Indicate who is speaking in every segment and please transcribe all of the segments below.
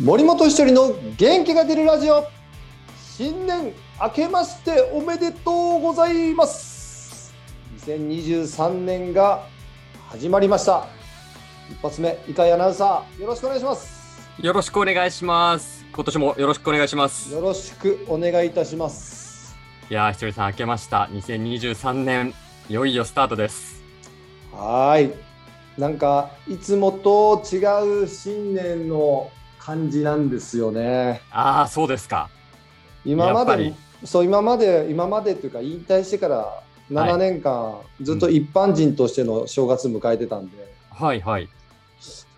Speaker 1: 森本一人の元気が出るラジオ新年明けましておめでとうございます2023年が始まりました一発目伊海アナウンサーよろしくお願いします
Speaker 2: よろしくお願いします。今年もよろしくお願いします。
Speaker 1: よろしくお願いいたします
Speaker 2: いやー、ひとりさん、明けました。2023年、いよいよスタートです。
Speaker 1: はーいなんかいつもと違う新年の感じなんですよね
Speaker 2: ああ、そうですか。
Speaker 1: 今ま
Speaker 2: やっぱ
Speaker 1: で
Speaker 2: り
Speaker 1: そう今まで今までというか引退してから7年間ずっと一般人としての正月迎えてたんで、
Speaker 2: はいはい。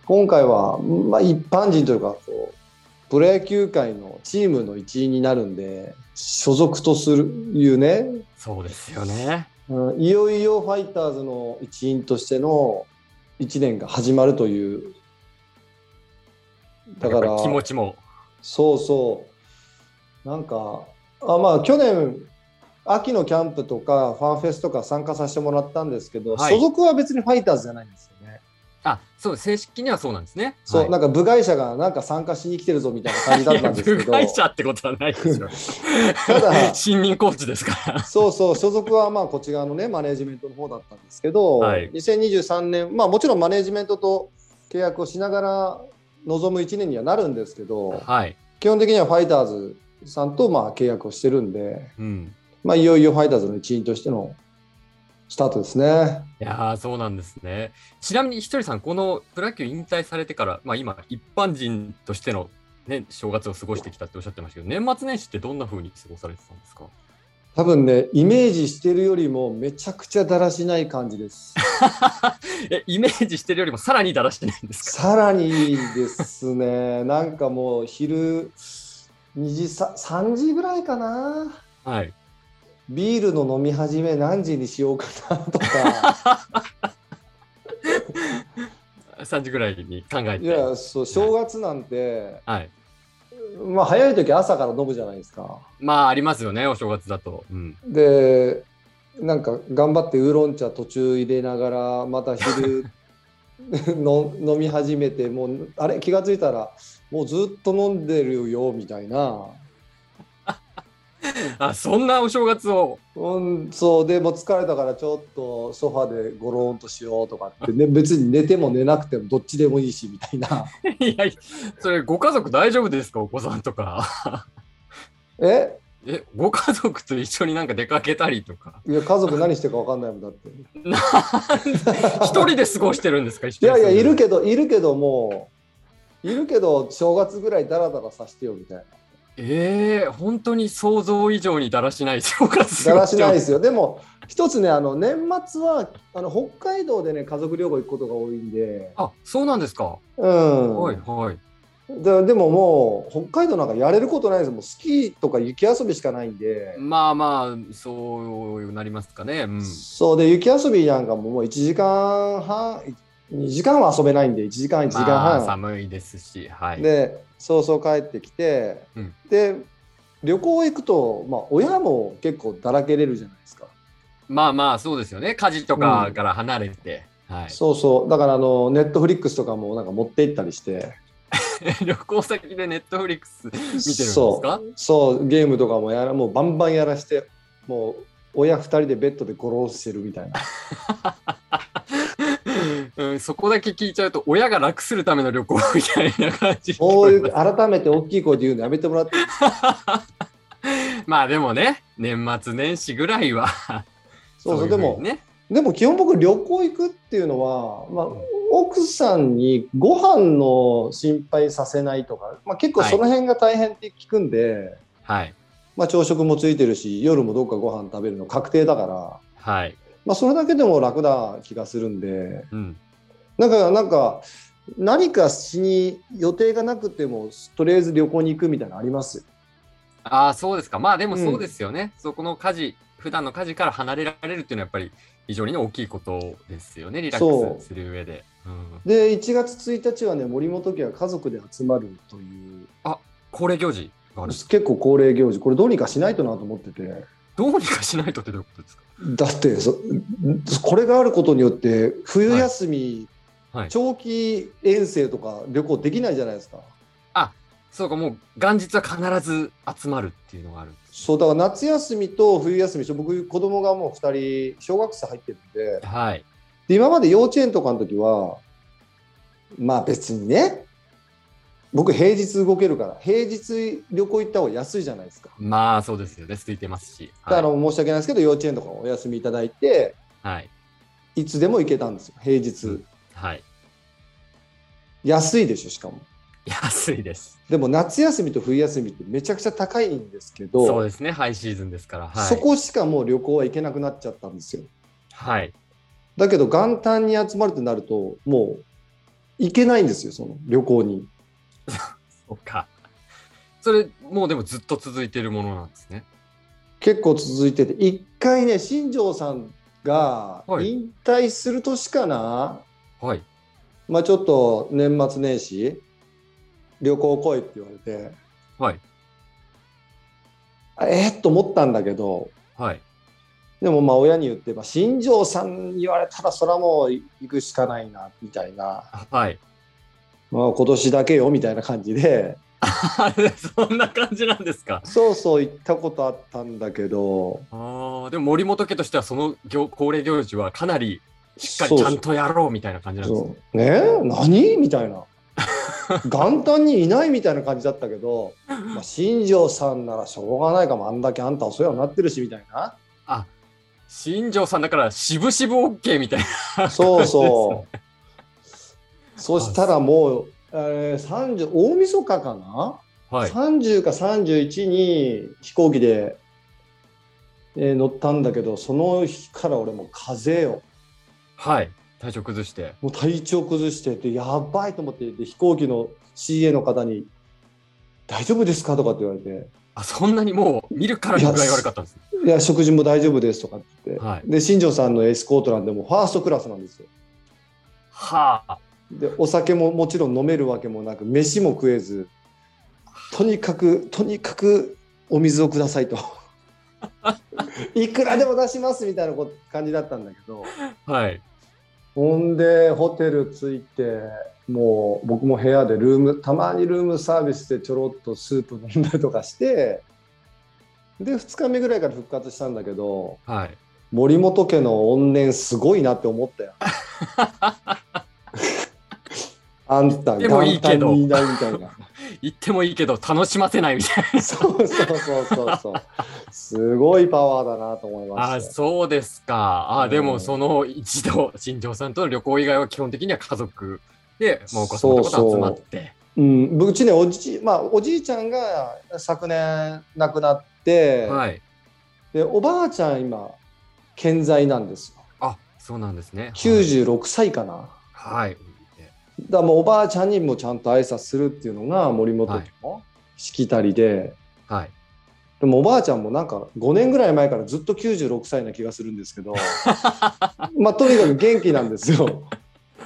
Speaker 1: 今回は、まあ、一般人というかこうプロ野球界のチームの一員になるんで所属とするいうね、
Speaker 2: そうですよね。
Speaker 1: うん、いよいよファイターズの一員としての1年が始まるというだから
Speaker 2: やっぱ気持ちも。
Speaker 1: そうそう。なんか、あまあ、去年、秋のキャンプとか、ファンフェスとか参加させてもらったんですけど、
Speaker 2: はい
Speaker 1: 所属は別にファイターズじゃないんですよね。
Speaker 2: あ、そう、正式にはそうなんですね。
Speaker 1: そう、
Speaker 2: はい
Speaker 1: なんか部外者がなんか参加しに来てるぞみたいな感じだったんですけど
Speaker 2: いや、部外者ってことはないですよ。
Speaker 1: ただ
Speaker 2: 新任コーチですから。
Speaker 1: そうそう、所属はまあこっち側のね、マネジメントの方だったんですけど、
Speaker 2: はい
Speaker 1: 2023年、まあもちろんマネジメントと契約をしながら望む1年にはなるんですけど、
Speaker 2: はい。
Speaker 1: 基本的にはファイターズさんとまあ契約をしてるんで、
Speaker 2: うん。
Speaker 1: まあ、いよいよファイターズの一員としてのスタートですね。
Speaker 2: いやー、そうなんですね。ちなみに、ひとりさん、このプロ野球引退されてから、まあ今、一般人としての、ね、正月を過ごしてきたっておっしゃってましたけど、年末年始ってどんな風に過ごされてたんですか
Speaker 1: 多分ね、イメージしてるよりもめちゃくちゃだらしない感じです。
Speaker 2: えイメージしてるよりもさらにだらしてないんですか
Speaker 1: さらにですね、なんかもう昼2時、さ3時ぐらいかな。
Speaker 2: はい。
Speaker 1: ビールの飲み始め何時にしようかなとか、
Speaker 2: 3時ぐらいに考え
Speaker 1: い
Speaker 2: て。
Speaker 1: や、そう、正月なんて、
Speaker 2: はい。
Speaker 1: まあ早い時朝から飲むじゃないですか。
Speaker 2: まあ、ありますよね、お正月だと。うん。
Speaker 1: でなんか頑張ってウーロン茶途中入れながらまた昼の飲み始めてもうあれ気が付いたらもうずっと飲んでるよみたいな、
Speaker 2: あ、そんなお正月を。
Speaker 1: うん、そうでもう疲れたからちょっとソファでゴロンとしようとかって、ね、別に寝ても寝なくてもどっちでもいいしみたいな
Speaker 2: いやいや、それ、ご家族大丈夫ですか、お子さんとか。
Speaker 1: え
Speaker 2: え、ご家族と一緒になんか出かけたりとか。
Speaker 1: いや家族何してるか分かんないもんだってい
Speaker 2: 一人で過ごしてるんですか、一人
Speaker 1: や いやいる
Speaker 2: け
Speaker 1: けどいるけどもういるけど正月ぐらいダラダラさせてよみたいな。
Speaker 2: えー、本当に想像以上にだらしない正月。。
Speaker 1: だらしないですすよ。でも一つねあの年末はあの北海道でね家族旅行行くことが多いんで、
Speaker 2: あ、そうなんですか。
Speaker 1: うん。
Speaker 2: はい、はい。
Speaker 1: ででももう北海道なんかやれることないです。もうスキーとか雪遊びしかないんで。
Speaker 2: まあまあ、そうなりますかね。うん。
Speaker 1: そうで雪遊びなんかももう1時間半2時間は遊べないんで1時間1時間
Speaker 2: まあ
Speaker 1: 半、
Speaker 2: 寒いですし、はい。
Speaker 1: でそうそう帰ってきて、
Speaker 2: うん
Speaker 1: で旅行行くと、まあ、親も結構だらけれるじゃないですか。
Speaker 2: まあまあ、そうですよね。家事とかから離れて。はい、
Speaker 1: そうそうだからあのネットフリックスとかもなんか持って行ったりして。
Speaker 2: 旅行先でネットフリックス見てるんです
Speaker 1: そう
Speaker 2: か
Speaker 1: そうゲームとかもやらもうバンバンやらしてもう親2人でベッドでゴローしてるみたい な
Speaker 2: う、ん、そこだけ聞いちゃうと親が楽するための旅行みたいな感じ
Speaker 1: そういう改めて大きい声で言うのやめてもらって
Speaker 2: まあでもね年末年始ぐらいは
Speaker 1: そうそう
Speaker 2: い
Speaker 1: で
Speaker 2: ふに
Speaker 1: も
Speaker 2: ね
Speaker 1: でも基本僕旅行行くっていうのは、まあ、奥さんにご飯の心配させないとか、まあ、結構
Speaker 2: はい
Speaker 1: その辺が大変って聞くんで、
Speaker 2: はい
Speaker 1: まあ、朝食もついてるし夜もどっかご飯食べるの確定だから、
Speaker 2: はい
Speaker 1: まあ、それだけでも楽な気がするんで。
Speaker 2: うん
Speaker 1: なんか、なんか、何かしに予定がなくても、とりあえず旅行に行くみたいなのありますよ。
Speaker 2: ああそうですかまあでも
Speaker 1: うん
Speaker 2: そうですよね、そこの家事普段の家事から離れられるっていうのはやっぱり非常に大きいことですよねリラックスする上で、うん、
Speaker 1: で、1月1日はね、森本家は家族で集まるという、
Speaker 2: 恒例行事があるんです
Speaker 1: 結構恒例行事、これどうにかしないとなと思ってて、
Speaker 2: どうにかしないとってどういうことですか
Speaker 1: だってそ、これがあることによって、冬休み、
Speaker 2: はいはい
Speaker 1: 長期遠征とか旅行できないじゃないですか。
Speaker 2: あそうか、もう元日は必ず集まるっていうのがある。
Speaker 1: そうだから夏休みと冬休みでしょ僕子供がもう2人小学生入ってるんで
Speaker 2: はい。
Speaker 1: で今まで幼稚園とかの時はまあ別にね僕平日動けるから平日旅行行った方が安いじゃないですか。
Speaker 2: まあ、そうですよね。空いてますし。
Speaker 1: だか
Speaker 2: は
Speaker 1: ら
Speaker 2: い。
Speaker 1: 申し訳ないですけど幼稚園とかお休みいただいて
Speaker 2: はい。
Speaker 1: いつでも行けたんですよ平日
Speaker 2: はい、
Speaker 1: 安いでしょしかも
Speaker 2: 安いです。
Speaker 1: でも夏休みと冬休みってめちゃくちゃ高いんですけど
Speaker 2: そうですね。ハイシーズンですから。はい。
Speaker 1: そこしかもう旅行は行けなくなっちゃったんですよ
Speaker 2: はい。
Speaker 1: だけど元旦に集まるってなるともう行けないんですよその旅行に
Speaker 2: そうか。それ、もうでもずっと続いてるものなんですね。
Speaker 1: 結構続いてて一回ね新庄さんが
Speaker 2: はい
Speaker 1: 引退する年かな、
Speaker 2: はい。
Speaker 1: まあちょっと年末年始旅行来いって言われて
Speaker 2: はい。
Speaker 1: あえーっと思ったんだけど
Speaker 2: はい。
Speaker 1: でもまあ親に言って、まあ、新庄さんに言われたらそれはもう行くしかないなみたいな、
Speaker 2: はい。
Speaker 1: まあ、今年だけよみたいな感じで
Speaker 2: あれ、そんな感じなんですか。
Speaker 1: そうそう行ったことあったんだけど
Speaker 2: ああ、でも森本家としてはその行恒例行事はかなりしっかりちゃんとやろうみたいな感じなんですね。
Speaker 1: そうね何みたい な元旦にいないみたいな感じだったけど、まあ、新庄さんならしょうがないかもあんだけあんたお世話になってるしみたいな
Speaker 2: あ、新庄さんだから渋々 OK みたいな。
Speaker 1: そうそう。そしたらもう、えー、30大晦日かな、
Speaker 2: はい。
Speaker 1: 30か31に飛行機で、えー乗ったんだけどその日から俺もう風邪よ
Speaker 2: はい。体調崩して。
Speaker 1: もう体調崩してでやばいと思ってで飛行機の CA の方に「大丈夫ですか?」とかって言われて
Speaker 2: あ、そんなにもう見るからに具合悪かったんですね。
Speaker 1: 「いや食事も大丈夫です」とかって言って、
Speaker 2: はい。
Speaker 1: で新庄さんのエスコートなんでもうファーストクラスなんですよ
Speaker 2: はあ。
Speaker 1: でお酒ももちろん飲めるわけもなく飯も食えずとにかくとにかくお水をくださ いといくらでも出しますみたいなこ感じだったんだけど
Speaker 2: はい。
Speaker 1: ほんでホテル着いてもう僕も部屋でルームたまにルームサービスでちょろっとスープ飲んだりとかしてで2日目ぐらいから復活したんだけど
Speaker 2: はい。
Speaker 1: 森本家の怨念すごいなって思 ったよ。あんた
Speaker 2: でもいいけど
Speaker 1: 元旦にいないみたいな。
Speaker 2: 言ってもいいけど楽しませないみたい
Speaker 1: そうそうそうそうそう。すごいパワーだなと思い
Speaker 2: な。
Speaker 1: ま
Speaker 2: あ、
Speaker 1: し
Speaker 2: そうですか。あ、で
Speaker 1: う
Speaker 2: も
Speaker 1: ん
Speaker 2: その一度、新庄さんとの旅行以外は基本的には家族で、もうお子様とかと集まって。
Speaker 1: た。うん、うちねおじいまあおじいちゃんが昨年亡くなって、
Speaker 2: はい。
Speaker 1: でおばあちゃん今健在なんですよ。
Speaker 2: あ、そうなんですね。
Speaker 1: 九十六歳かな。
Speaker 2: はい。
Speaker 1: だからもうおばあちゃんにもちゃんと挨拶するっていうのが森本家のしきたりで。
Speaker 2: はい。
Speaker 1: でもおばあちゃんもなんか5年ぐらい前からずっと96歳な気がするんですけ どまあとにかく元気なんですよ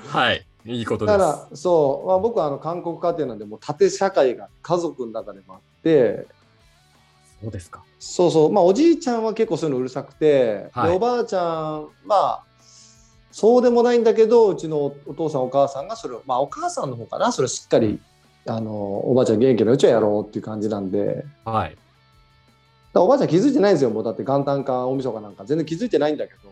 Speaker 2: はい。いいこと
Speaker 1: だ
Speaker 2: です。
Speaker 1: からそう、まあ、僕はあの韓国家庭なんでもう縦社会が家族の中でもあって
Speaker 2: そうですか。
Speaker 1: そうそうまあおじいちゃんは結構そういうのうるさくて、
Speaker 2: はい
Speaker 1: でおばあちゃんまあそうでもないんだけどうちのおお父さんお母さんがそれをまあお母さんの方かなそれをしっかりあのおばあちゃん元気なうちはやろうっていう感じなんで。
Speaker 2: はい。
Speaker 1: だからおばあちゃん気づいてないんですよもうだって元旦か大晦日かなんか全然気づいてないんだけど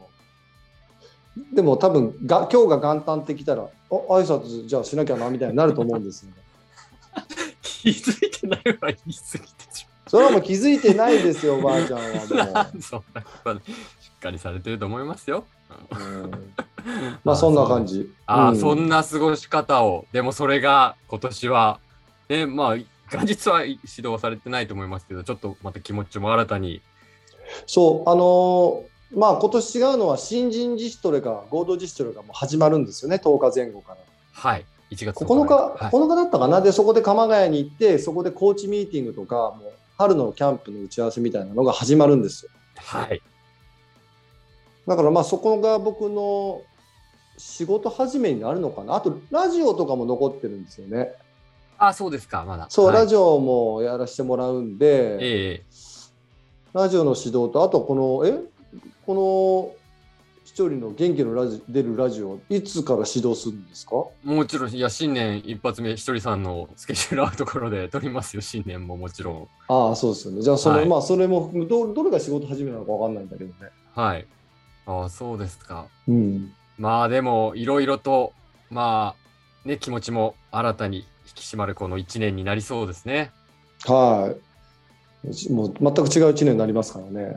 Speaker 1: でも多分が今日が元旦って来たらお挨拶じゃあしなきゃなみたいになると思うんですよ
Speaker 2: 気づいてないは言い過ぎてし
Speaker 1: それはもう気づいてないですよおばあちゃん
Speaker 2: ま
Speaker 1: は
Speaker 2: う。 そんなことないしっかりされてると思いますよ。
Speaker 1: もう、うんまあそんな感
Speaker 2: じ。
Speaker 1: じ
Speaker 2: ああ、
Speaker 1: うん
Speaker 2: そんな過ごし方を。でもそれが今年は、ね、まあ、元日は指導はされてないと思いますけど、ちょっとまた気持ちも新たに。
Speaker 1: そうあのーまあ今年違うのは新人自主トレが合同自主トレがもう始まるんですよね10日前後から
Speaker 2: はい。1月
Speaker 1: 9日、
Speaker 2: はい
Speaker 1: 9日だったかなでそこで鎌ヶ谷に行ってそこでコーチミーティングとかもう春のキャンプの打ち合わせみたいなのが始まるんですよ
Speaker 2: はい。
Speaker 1: だからまあそこが僕の仕事始めになるのかな。あとラジオとかも残ってるんですよね。
Speaker 2: ああ、そうですか、まだ。
Speaker 1: そう、
Speaker 2: はい
Speaker 1: ラジオもやらせてもらうんで、
Speaker 2: ええ
Speaker 1: ラジオの指導とあとこのえこの一人の元気のラジ出るラジオいつから始動するんですか
Speaker 2: もちろん、いや、新年一発目、ひとりさんのスケジュール合うところで撮りますよ、新年ももちろん。
Speaker 1: ああそうですよねじゃあその、
Speaker 2: はい
Speaker 1: まあそれも含むどどれが仕事始めなのかわかんないんだけどね
Speaker 2: はい。ああ、そうですか。
Speaker 1: うん
Speaker 2: まあでも、いろいろと、まあ、ね、気持ちも新たに引き締まるこの1年になりそうですね。
Speaker 1: はいしもう全く違う一年になりますからね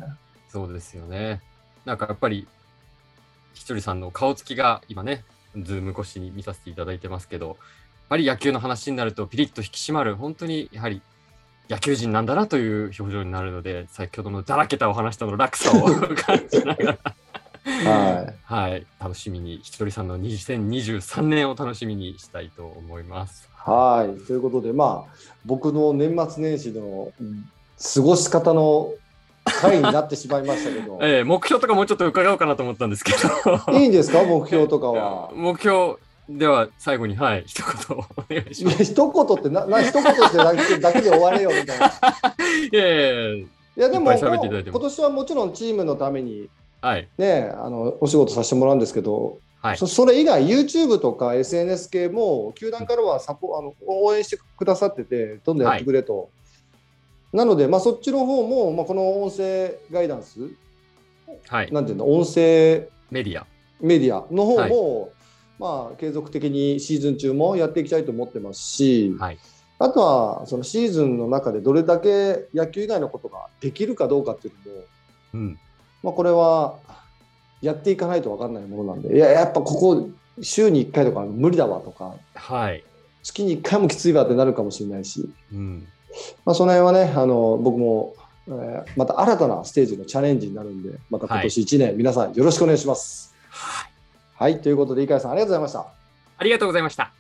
Speaker 2: そうですよね。なんかやっぱり、ひとりさんの顔つきが今ね、ズーム越しに見させていただいてますけど、やっぱり野球の話になるとピリッと引き締まる、本当にやはり野球人なんだなという表情になるので、先ほどのだらけたお話との落差を感じながら、
Speaker 1: はい
Speaker 2: はい、楽しみに、ひとりさんの2023年を楽しみにしたいと思います。
Speaker 1: はいということでまあ僕の年末年始のうん過ごし方の回になってしまいましたけ ど
Speaker 2: えー目標とかもうちょっと伺おうかなと思ったんですけど、。
Speaker 1: いいんですか目標とかは
Speaker 2: 目標では最後に、はい、一言お願いし
Speaker 1: い
Speaker 2: ま
Speaker 1: や
Speaker 2: す。
Speaker 1: 一言ってなな一言してだけだけで終われよみたいな。い
Speaker 2: いやいや
Speaker 1: やでも
Speaker 2: いっぱい喋っていただいても
Speaker 1: 今年はもちろんチームのために
Speaker 2: はい、
Speaker 1: ねあのお仕事させてもらうんですけど、
Speaker 2: はい
Speaker 1: そそれ以外 YouTube とか SNS 系も球団からはサポあの応援してくださっててどんどんやってくれと。なので、まあ、そっちの方も、まあ、この音声ガイダンス、
Speaker 2: はい、
Speaker 1: なんていうの、音声
Speaker 2: メディア。
Speaker 1: メディアの方も、まあ、継続的にシーズン中もやっていきたいと思ってますし、
Speaker 2: はい
Speaker 1: あとはそのシーズンの中でどれだけ野球以外のことができるかどうかっていうのも、
Speaker 2: うん、
Speaker 1: まあ、これはやっていかないと分かんないものなんでいややっぱここ週に1回とか無理だわとか
Speaker 2: はい、
Speaker 1: 月に1回もきついわってなるかもしれないし、
Speaker 2: うん、
Speaker 1: まあ、その辺はねあの僕も、えーまた新たなステージのチャレンジになるんでまた今年1年、皆さんよろしくお願いします。はい、ということで井川さんありがとうございました。
Speaker 2: ありがとうございました。